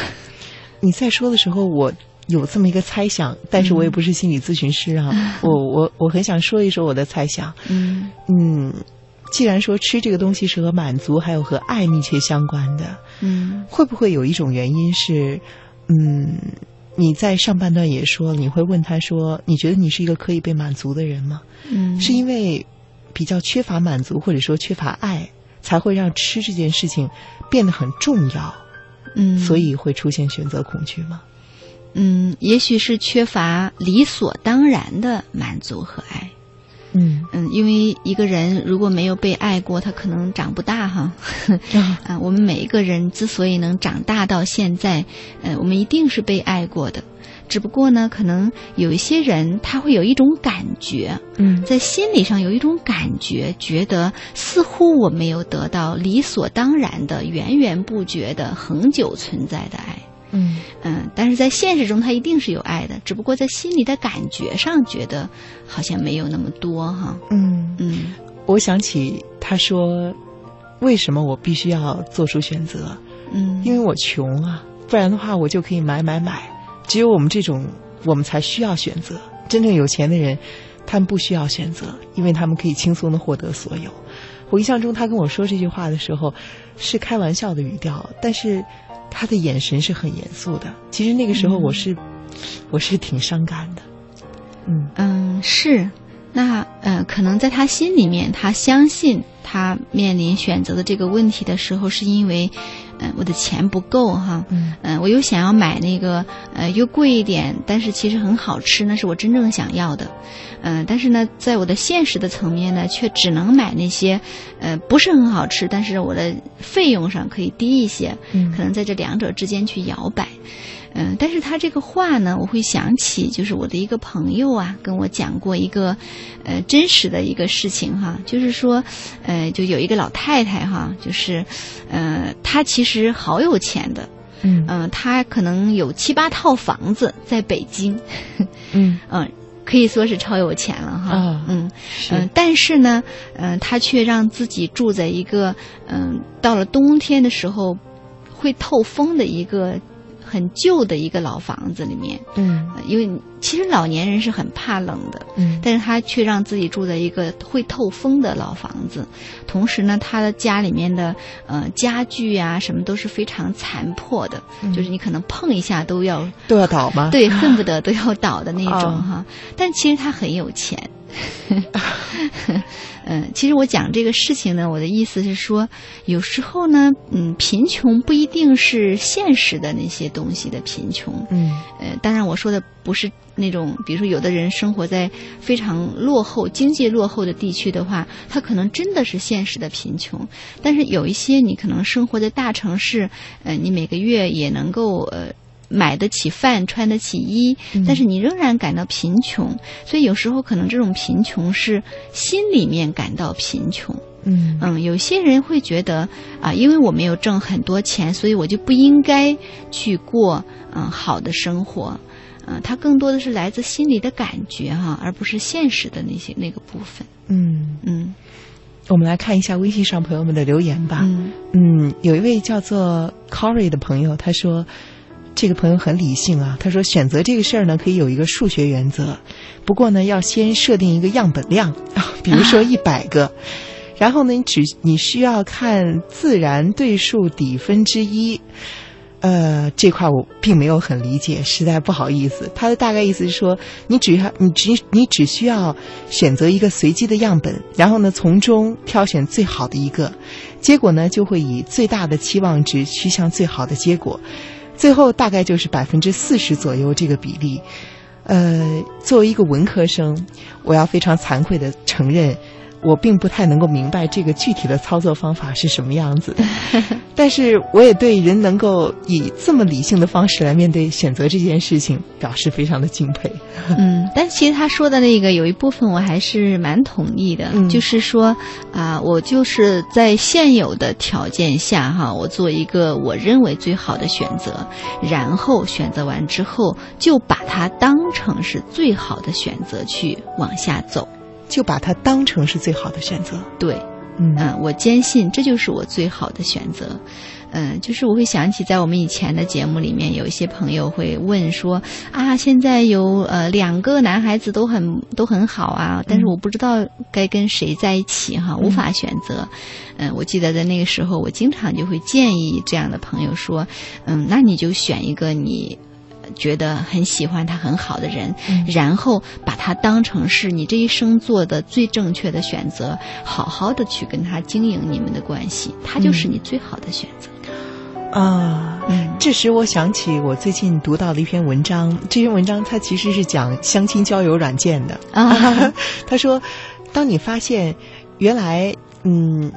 Speaker 1: 你在说的时候，我有这么一个猜想，但是我也不是心理咨询师啊， [LAUGHS] 我我我很想说一说我的猜想。
Speaker 2: 嗯
Speaker 1: 嗯，既然说吃这个东西是和满足还有和爱密切相关的，
Speaker 2: [LAUGHS] 嗯
Speaker 1: 会不会有一种原因是，嗯，你在上半段也说，你会问他说，你觉得你是一个可以被满足的人吗？
Speaker 2: 嗯，
Speaker 1: 是因为比较缺乏满足，或者说缺乏爱，才会让吃这件事情变得很重要，
Speaker 2: 嗯，
Speaker 1: 所以会出现选择恐惧吗？
Speaker 2: 嗯，也许是缺乏理所当然的满足和爱。
Speaker 1: 嗯
Speaker 2: 嗯，因为一个人如果没有被爱过，他可能长不大哈。
Speaker 1: 啊
Speaker 2: 啊，我们每一个人之所以能长大到现在，呃，我们一定是被爱过的。只不过呢，可能有一些人他会有一种感觉，
Speaker 1: 嗯
Speaker 2: 在心理上有一种感觉，觉得似乎我没有得到理所当然的、源源不绝的、恒久存在的爱。
Speaker 1: 嗯
Speaker 2: 嗯，但是在现实中，他一定是有爱的，只不过在心里的感觉上，觉得好像没有那么多哈。
Speaker 1: 嗯，
Speaker 2: 嗯
Speaker 1: 我想起他说，为什么我必须要做出选择？
Speaker 2: 嗯，
Speaker 1: 因为我穷啊，不然的话我就可以买买买。只有我们这种，我们才需要选择。真正有钱的人，他们不需要选择，因为他们可以轻松的获得所有。我印象中，他跟我说这句话的时候，是开玩笑的语调，但是他的眼神是很严肃的。其实那个时候，我是、我是挺伤感的。嗯
Speaker 2: 嗯，是，那呃，可能在他心里面，他相信他面临选择的这个问题的时候，是因为，嗯、我的钱不够哈，
Speaker 1: 嗯
Speaker 2: 嗯、我又想要买那个呃又贵一点，但是其实很好吃，那是我真正想要的，嗯、但是呢，在我的现实的层面呢，却只能买那些，呃，不是很好吃，但是我的费用上可以低一些，
Speaker 1: 嗯
Speaker 2: 可能在这两者之间去摇摆。嗯，但是他这个话呢，我会想起就是我的一个朋友啊，跟我讲过一个，呃，真实的一个事情哈，就是说，呃，就有一个老太太哈，就是，呃，她其实好有钱的，
Speaker 1: 嗯
Speaker 2: 嗯、她可能有七八套房子在北京，
Speaker 1: 嗯
Speaker 2: 嗯、可以说是超有钱了哈，
Speaker 1: 啊
Speaker 2: 嗯，
Speaker 1: 是
Speaker 2: 嗯，但是呢，嗯、他却让自己住在一个，嗯、到了冬天的时候会透风的一个很旧的一个老房子里面，
Speaker 1: 嗯
Speaker 2: 呃因为其实老年人是很怕冷的，
Speaker 1: 嗯
Speaker 2: 但是他却让自己住在一个会透风的老房子，同时呢，他的家里面的呃家具啊什么都是非常残破的，
Speaker 1: 嗯
Speaker 2: 就是你可能碰一下都要
Speaker 1: 都要倒吗？
Speaker 2: 对，恨不得都要倒的那种
Speaker 1: 哦
Speaker 2: 哈。但其实他很有钱。嗯，其实我讲这个事情呢，我的意思是说，有时候呢，嗯，贫穷不一定是现实的那些东西的贫穷，
Speaker 1: 嗯
Speaker 2: 呃，当然我说的不是那种，比如说有的人生活在非常落后、经济落后的地区的话，他可能真的是现实的贫穷。但是有一些你可能生活在大城市，呃，你每个月也能够呃买得起饭、穿得起衣，但是你仍然感到贫穷。所以有时候可能这种贫穷是心里面感到贫穷。
Speaker 1: 嗯
Speaker 2: 嗯，有些人会觉得啊，因为我没有挣很多钱，所以我就不应该去过嗯好的生活。嗯，它更多的是来自心里的感觉哈、而不是现实的那些那个部分。
Speaker 1: 嗯，
Speaker 2: 嗯
Speaker 1: 我们来看一下微信上朋友们的留言吧。
Speaker 2: 嗯
Speaker 1: 嗯，有一位叫做 Corey 的朋友，他说，这个朋友很理性啊。他说，选择这个事儿呢，可以有一个数学原则，不过呢，要先设定一个样本量 [LAUGHS] 啊，比如说一百个，然后呢，你只你需要看自然对数底分之一。呃，这块我并没有很理解，实在不好意思。他的大概意思是说，你只要你只你只需要选择一个随机的样本，然后呢，从中挑选最好的一个，结果呢就会以最大的期望值趋向最好的结果，最后大概就是百分之四十左右这个比例。呃，作为一个文科生，我要非常惭愧的承认，我并不太能够明白这个具体的操作方法是什么样 [LAUGHS] 子的。但是我也对人能够以这么理性的方式来面对选择这件事情表示非常的敬佩。
Speaker 2: 嗯，但其实他说的那个有一部分我还是蛮同意的，
Speaker 1: 嗯
Speaker 2: 就是说啊、我就是在现有的条件下哈，我做一个我认为最好的选择，然后选择完之后就把它当成是最好的选择去往下走。
Speaker 1: 就把它当成是最好的选择。
Speaker 2: 对，
Speaker 1: 嗯
Speaker 2: 嗯、我坚信这就是我最好的选择。嗯、就是我会想起在我们以前的节目里面，有一些朋友会问说啊，现在有呃两个男孩子都很都很好啊，但是我不知道该跟谁在一起哈，无法选择。嗯、我记得在那个时候，我经常就会建议这样的朋友说，嗯，那你就选一个你觉得很喜欢他很好的人，
Speaker 1: 嗯
Speaker 2: 然后把他当成是你这一生做的最正确的选择，好好的去跟他经营你们的关系，他就是你最好的选择。
Speaker 1: 啊。
Speaker 2: 嗯
Speaker 1: 这时我想起我最近读到的一篇文章，这篇文章它其实是讲相亲交友软件的。
Speaker 2: [LAUGHS] 啊，
Speaker 1: [LAUGHS] 他说，当你发现原来嗯，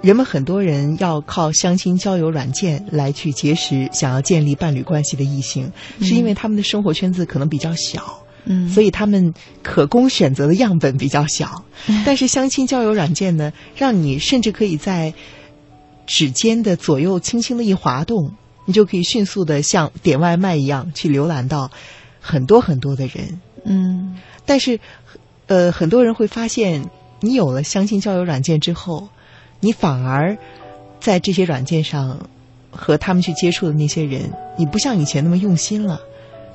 Speaker 1: 人们很多人要靠相亲交友软件来去结识想要建立伴侣关系的异性，是因为他们的生活圈子可能比较小。
Speaker 2: 嗯，
Speaker 1: 所
Speaker 2: 以
Speaker 1: 以他们可供选择的样本比较小。但是相亲交友软件呢，让你甚至可以在指尖的左右轻轻的一滑动，你就可以迅速的像点外卖一样去浏览到很多很多的人。
Speaker 2: 嗯
Speaker 1: 但是，呃，很多人会发现，你有了相亲交友软件之后，你反而在这些软件上和他们去接触的那些人，你不像以前那么用心了，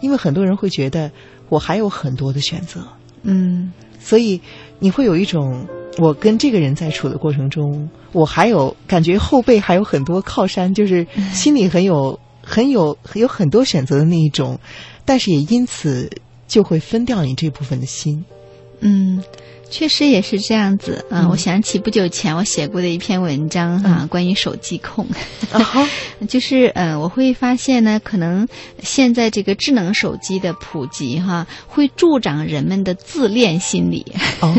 Speaker 1: 因为很多人会觉得我还有很多的选择，
Speaker 2: 嗯
Speaker 1: 所以你会有一种我跟这个人在处的过程中，我还有感觉后背还有很多靠山，就是心里很有很有有很多选择的那一种，但是也因此就会分掉你这部分的心。
Speaker 2: 嗯，确实也是这样子啊。
Speaker 1: 嗯
Speaker 2: 我想起不久前我写过的一篇文章哈、关于手机控。 [LAUGHS]
Speaker 1: 啊哈，
Speaker 2: 就是呃，我会发现呢，可能现在这个智能手机的普及哈，会助长人们的自恋心理。
Speaker 1: [LAUGHS] 哦，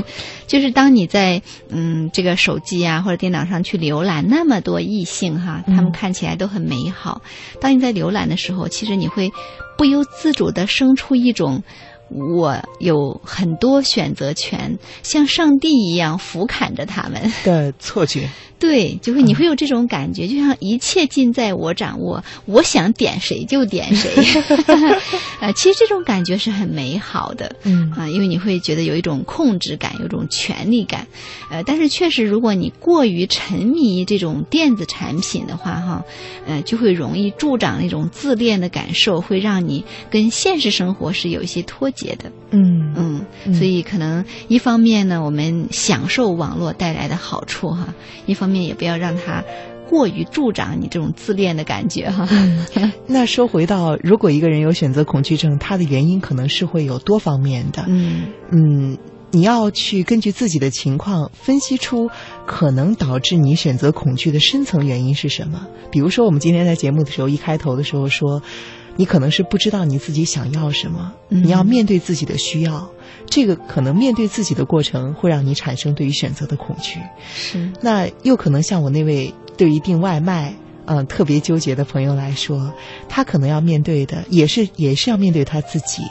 Speaker 2: 就是当你在嗯这个手机啊或者电脑上去浏览那么多异性哈，
Speaker 1: 嗯
Speaker 2: 他们看起来都很美好。当你在浏览的时候，其实你会不由自主地生出一种。我有很多选择权，像上帝一样俯瞰着
Speaker 1: [LAUGHS]
Speaker 2: 他们。
Speaker 1: 的错觉，
Speaker 2: 对，就会你会有这种感觉，就像一切尽在我掌握，我想点谁就点谁。 [LAUGHS] 呃，其实这种感觉是很美好的
Speaker 1: 嗯
Speaker 2: 啊、因为你会觉得有一种控制感，有一种权力感。呃，但是确实，如果你过于沉迷于这种电子产品的话，哈，呃，就会容易助长那种自恋的感受，会让你跟现实生活是有一些脱节的。
Speaker 1: 嗯
Speaker 2: 嗯
Speaker 1: 嗯，
Speaker 2: 所以可能一方面呢，我们享受网络带来的好处哈，一方面也不要让它过于助长你这种自恋的感觉哈。
Speaker 1: 那说回到，如果一个人有选择恐惧症，他的原因可能是会有多方面的。
Speaker 2: 嗯
Speaker 1: 嗯，你要去根据自己的情况分析出可能导致你选择恐惧的深层原因是什么。比如说，我们今天在节目的时候一开头的时候说，你可能是不知道你自己想要什么，
Speaker 2: 嗯
Speaker 1: 你要面对自己的需要。这个可能面对自己的过程会让你产生对于选择的恐惧。
Speaker 2: 是
Speaker 1: 那又可能像我那位对于订外卖嗯、呃、特别纠结的朋友来说，他可能要面对的也是也是要面对他自己，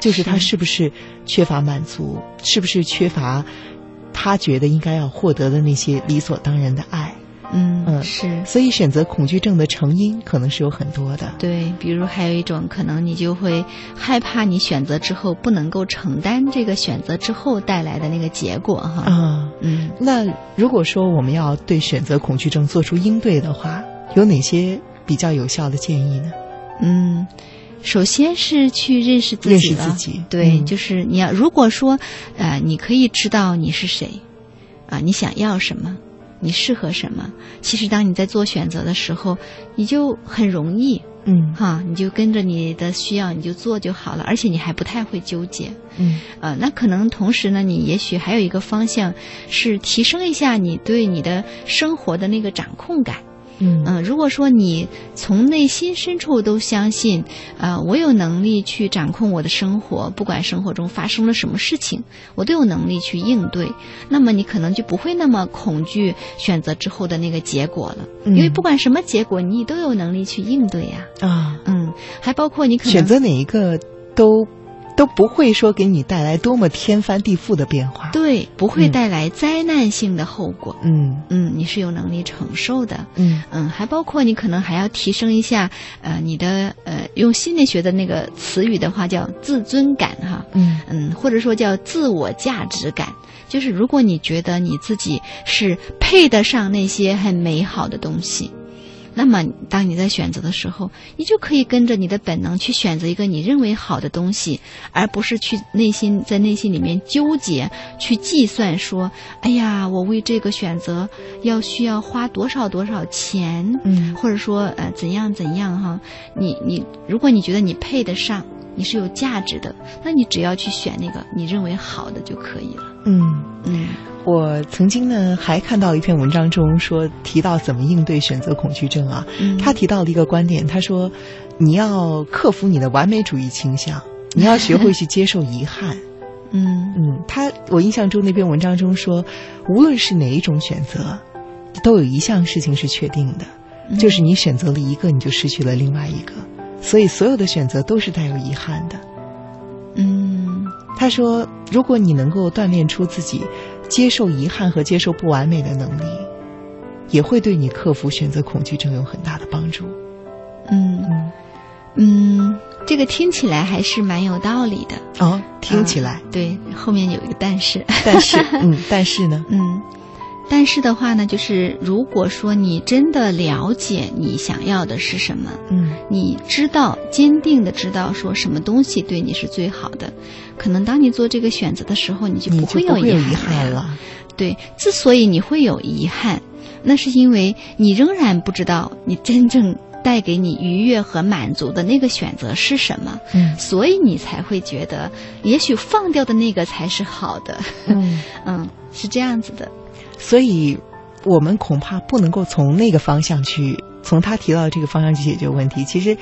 Speaker 1: 就是他是不是缺乏满足，是不是缺乏他觉得应该要获得的那些理所当然的爱。
Speaker 2: 嗯嗯是，
Speaker 1: 所以选择恐惧症的成因可能是有很多的。
Speaker 2: 对，比如还有一种可能，你就会害怕你选择之后不能够承担这个选择之后带来的那个结果哈。
Speaker 1: 啊、嗯，嗯，那如果说我们要对选择恐惧症做出应对的话，有哪些比较有效的建议呢？
Speaker 2: 嗯。首先是去认识自己，
Speaker 1: 认识自己，
Speaker 2: 对，嗯、就是你要如果说，呃，你可以知道你是谁，啊、呃，你想要什么。你适合什么？其实，当你在做选择的时候，你就很容易，
Speaker 1: 嗯，
Speaker 2: 哈，你就跟着你的需要，你就做就好了，而且你还不太会纠结，
Speaker 1: 嗯，
Speaker 2: 呃，那可能同时呢，你也许还有一个方向是提升一下你对你的生活的那个掌控感，
Speaker 1: 嗯、
Speaker 2: 呃，如果说你从内心深处都相信，啊、呃，我有能力去掌控我的生活，不管生活中发生了什么事情，我都有能力去应对，那么你可能就不会那么恐惧。选择之后的那个结果了，
Speaker 1: 嗯
Speaker 2: 因为不管什么结果，你都有能力去应对呀、
Speaker 1: 啊。啊，
Speaker 2: 嗯，还包括你可能
Speaker 1: 选择哪一个都都不会说给你带来多么天翻地覆的变化，
Speaker 2: 对，不会带来灾难性的后果。
Speaker 1: 嗯
Speaker 2: 嗯，你是有能力承受的。
Speaker 1: 嗯
Speaker 2: 嗯，还包括你可能还要提升一下呃你的呃用心理学的那个词语的话叫自尊感哈。
Speaker 1: 嗯
Speaker 2: 嗯，或者说叫自我价值感。就是如果你觉得你自己是配得上那些很美好的东西，那么当你在选择的时候，你就可以跟着你的本能去选择一个你认为好的东西，而不是去内心在内心里面纠结，去计算说，哎呀，我为这个选择要需要花多少多少钱，
Speaker 1: 嗯，
Speaker 2: 或者说呃怎样怎样哈，你你如果你觉得你配得上。你是有价值的，那你只要去选那个你认为好的就可以了。
Speaker 1: 嗯
Speaker 2: 嗯，
Speaker 1: 我曾经呢还看到一篇文章中说提到怎么应对选择恐惧症啊，
Speaker 2: 嗯、
Speaker 1: 他提到了一个观点，他说你要克服你的完美主义倾
Speaker 2: [LAUGHS]
Speaker 1: 向，你要学会去接受遗憾。
Speaker 2: 嗯
Speaker 1: 嗯，他我印象中那篇文章中说，无论是哪一种选择，都有一项事情是确定的，
Speaker 2: 嗯、
Speaker 1: 就是你选择了一个，你就失去了另外一个。所以，所有的选择都是带有遗憾的。
Speaker 2: 嗯，
Speaker 1: 他说，如果你能够锻炼出自己接受遗憾和接受不完美的能力，也会对你克服选择恐惧症有很大的帮助。
Speaker 2: 嗯嗯，这个听起来还是蛮有道理的。
Speaker 1: 哦，听起来、
Speaker 2: 呃、对，后面有一个但
Speaker 1: [LAUGHS]
Speaker 2: 是，
Speaker 1: 但是，嗯，但是呢，
Speaker 2: 嗯。但是的话呢，就是如果说你真的了解你想要的是什么，
Speaker 1: 嗯，
Speaker 2: 你知道坚定的知道说什么东西对你是最好的，可能当你做这个选择的时候，你就不会有
Speaker 1: 遗
Speaker 2: 憾
Speaker 1: 了。
Speaker 2: 对，之所以你会有遗憾，那是因为你仍然不知道你真正带给你愉悦和满足的那个选择是什么，
Speaker 1: 嗯，
Speaker 2: 所以你才会觉得也许放掉的那个才是好的， [LAUGHS]
Speaker 1: 嗯
Speaker 2: 嗯，是这样子的。
Speaker 1: 所以，我们恐怕不能够从那个方向去，从他提到的这个方向去解决问题。其实，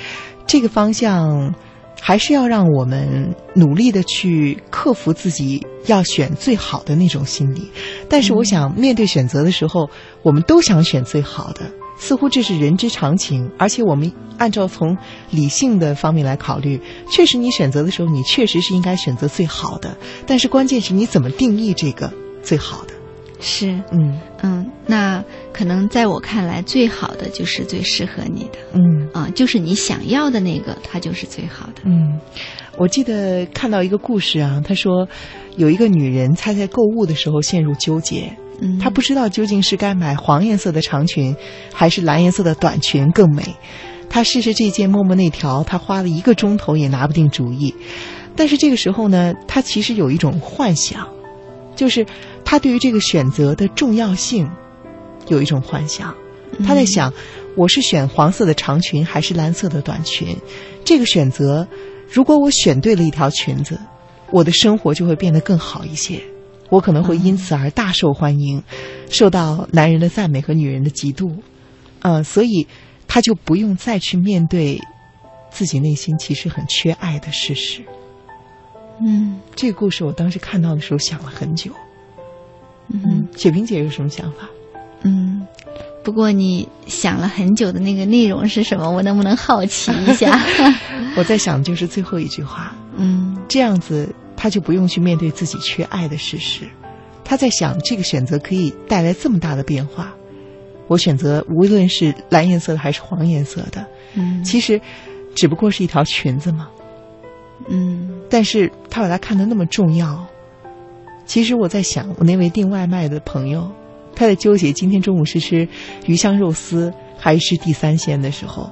Speaker 1: 这个方向还是要让我们努力的去克服自己要选最好的那种心理。但是，我想面对选择的时候，我们都想选最好的，似乎这是人之常情。而且，我们按照从理性的方面来考虑，确实你选择的时候，你确实是应该选择最好的。但是，关键是你怎么定义这个最好的。
Speaker 2: 是，
Speaker 1: 嗯
Speaker 2: 嗯，那可能在我看来，最好的就是最适合你的，
Speaker 1: 嗯
Speaker 2: 啊、呃，就是你想要的那个，它就是最好的。
Speaker 1: 嗯，我记得看到一个故事啊，他说有一个女人她在购物的时候陷入纠结，
Speaker 2: 嗯，
Speaker 1: 她不知道究竟是该买黄颜色的长裙，还是蓝颜色的短裙更美。她试试这件，摸摸那条，她花了一个钟头也拿不定主意。但是这个时候呢，她其实有一种幻想。就是他对于这个选择的重要性有一种幻想，他在想，我是选黄色的长裙还是蓝色的短裙？这个选择，如果我选对了一条裙子，我的生活就会变得更好一些，我可能会因此而大受欢迎，受到男人的赞美和女人的嫉妒，呃，所以他就不用再去面对自己内心其实很缺爱的事实。
Speaker 2: 嗯，
Speaker 1: 这个故事我当时看到的时候想了很久。
Speaker 2: 嗯，
Speaker 1: 雪萍姐有什么想法？
Speaker 2: 嗯，不过你想了很久的那个内容是什么？我能不能好奇一下？
Speaker 1: 我在想就是最后一句话，
Speaker 2: 嗯
Speaker 1: 这样子他就不用去面对自己缺爱的事实。他在想这个选择可以带来这么大的变化。我选择无论是蓝颜色的还是黄颜色的，
Speaker 2: 嗯
Speaker 1: 其实只不过是一条裙子嘛。
Speaker 2: 嗯
Speaker 1: 但是他把它看得那么重要。其实我在想，我那位订外卖的朋友，他在纠结今天中午是吃鱼香肉丝还是吃地三鲜的时候，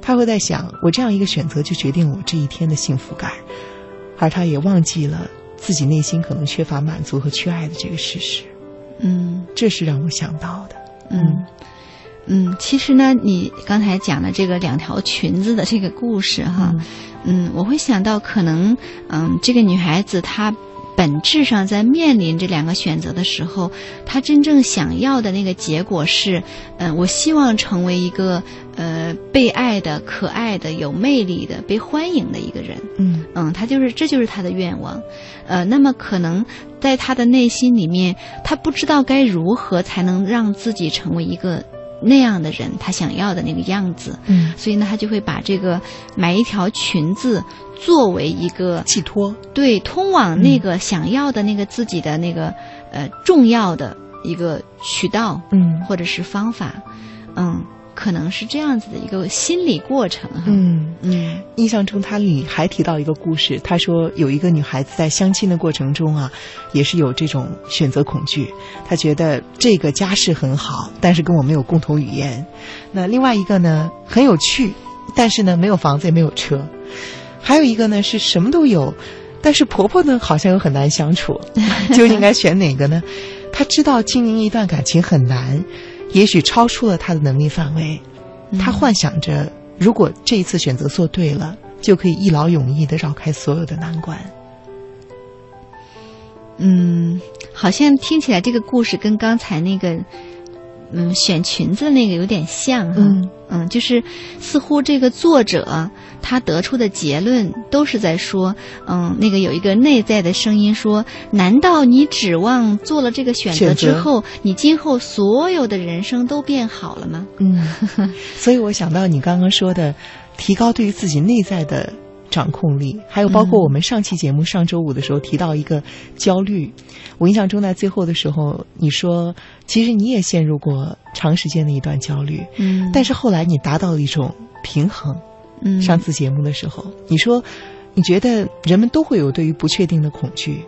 Speaker 1: 他会在想，我这样一个选择就决定我这一天的幸福感，而他也忘记了自己内心可能缺乏满足和缺爱的这个事实，
Speaker 2: 嗯
Speaker 1: 这是让我想到的。
Speaker 2: 嗯嗯，其实呢，你刚才讲的这个两条裙子的这个故事哈，嗯，我会想到可能，嗯，这个女孩子她本质上在面临这两个选择的时候，她真正想要的那个结果是，嗯、我希望成为一个呃被爱的、可爱的、有魅力的、被欢迎的一个人。
Speaker 1: 嗯
Speaker 2: 嗯，他就是这就是他的愿望，呃，那么可能在他的内心里面，他不知道该如何才能让自己成为一个那样的人，他想要的那个样子，
Speaker 1: 嗯，
Speaker 2: 所以呢，他就会把这个买一条裙子作为一个
Speaker 1: 寄托，
Speaker 2: 对通往那个想要的那个自己的那个呃重要的一个渠道
Speaker 1: 嗯
Speaker 2: 或者是方法，嗯，可能是这样子的一个心理过程哈，
Speaker 1: 嗯。
Speaker 2: 嗯
Speaker 1: 印象中，他里还提到一个故事，他说有一个女孩子在相亲的过程中啊，也是有这种选择恐惧。她觉得这个家世很好，但是跟我没有共同语言。那另外一个呢，很有趣，但是呢没有房子也没有车。还有一个呢是什么都有，但是婆婆呢好像又很难相处，究竟该选哪个呢？她知道经营一段感情很难，也许超出了她的能力范围。
Speaker 2: 嗯
Speaker 1: 他幻想着，如果这一次选择做对了，就可以一劳永逸的绕开所有的难关。
Speaker 2: 嗯，好像听起来这个故事跟刚才那个，嗯，选裙子那个有点像哈。
Speaker 1: 嗯
Speaker 2: 嗯就是似乎这个作者他得出的结论都是在说，嗯，那个有一个内在的声音说，难道你指望做了这个选择
Speaker 1: 选择
Speaker 2: 之后，你今后所有的人生都变好了吗？
Speaker 1: 嗯， [LAUGHS] 所以我想到你刚刚说的，提高对于自己内在的掌控力，还有包括
Speaker 2: 嗯
Speaker 1: 我们上期节目上周五的时候提到一个焦虑。我印象中在最后的时候，你说其实你也陷入过长时间的一段焦虑，
Speaker 2: 嗯
Speaker 1: 但是后来你达到了一种平衡。
Speaker 2: 嗯，
Speaker 1: 上次节目的时候，你说你觉得人们都会有对于不确定的恐惧，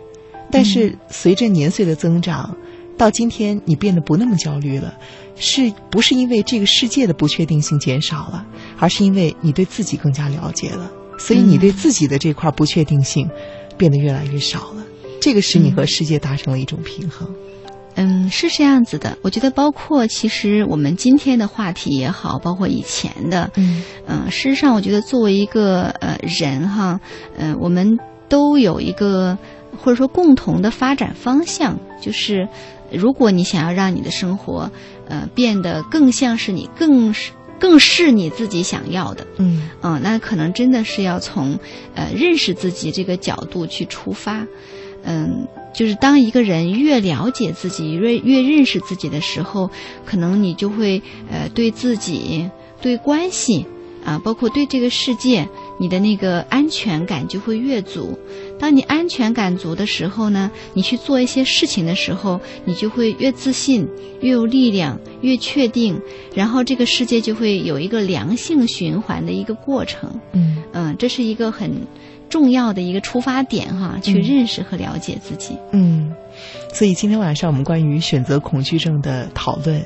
Speaker 1: 但是随着年岁的增长，到今天你变得不那么焦虑了，是不是因为这个世界的不确定性减少了，而是因为你对自己更加了解了，所以你
Speaker 2: 嗯
Speaker 1: 对自己的这块不确定性变得越来越少了。这个使你和世界达成了一种平衡。
Speaker 2: 嗯，是这样子的。我觉得包括其实我们今天的话题也好，包括以前的，
Speaker 1: 嗯
Speaker 2: 嗯，事实上，我觉得作为一个呃人哈，呃，我们都有一个或者说共同的发展方向，就是如果你想要让你的生活呃变得更像是你更是更是你自己想要的，
Speaker 1: 嗯
Speaker 2: 嗯、那可能真的是要从呃认识自己这个角度去出发，嗯，就是当一个人越了解自己，越越认识自己的时候，可能你就会呃对自己、对关系啊，包括对这个世界，你的那个安全感就会越足。当你安全感足的时候呢，你去做一些事情的时候，你就会越自信、越有力量、越确定，然后这个世界就会有一个良性循环的一个过程。
Speaker 1: 嗯，
Speaker 2: 嗯，这是一个很重要的一个出发点哈，去
Speaker 1: 嗯
Speaker 2: 认识和了解自己。
Speaker 1: 嗯，所以今天晚上我们关于选择恐惧症的讨论，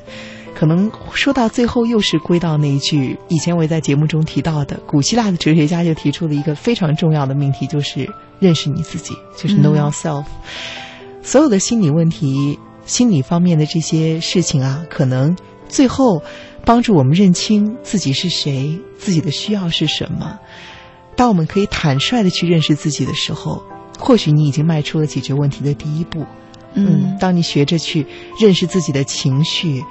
Speaker 1: 可能说到最后又是归到那一句，以前我也在节目中提到的，古希腊的哲学家就提出了一个非常重要的命题，就是认识你自己，就是 know
Speaker 2: 嗯
Speaker 1: yourself。所有的心理问题、心理方面的这些事情啊，可能最后帮助我们认清自己是谁，自己的需要是什么。当我们可以坦率的去认识自己的时候，或许你已经迈出了解决问题的第一步。嗯，当你学着去认识自己的情绪，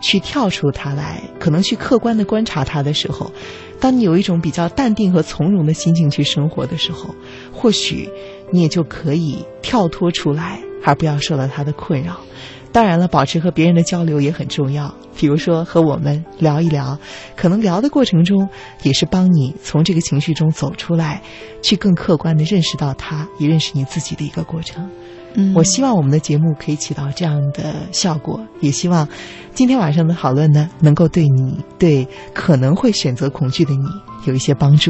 Speaker 1: 去跳出它来，可能去客观的观察它的时候，当你有一种比较淡定和从容的心情去生活的时候，或许你也就可以跳脱出来，而不要受到它的困扰。当然了，保持和别人的交流也很重要。比如说和我们聊一聊，可能聊的过程中也是帮你从这个情绪中走出来，去更客观的认识到它，也认识你自己的一个过程。
Speaker 2: 嗯，
Speaker 1: 我希望我们的节目可以起到这样的效果，也希望今天晚上的讨论呢，能够对你对可能会选择恐惧的你有一些帮助。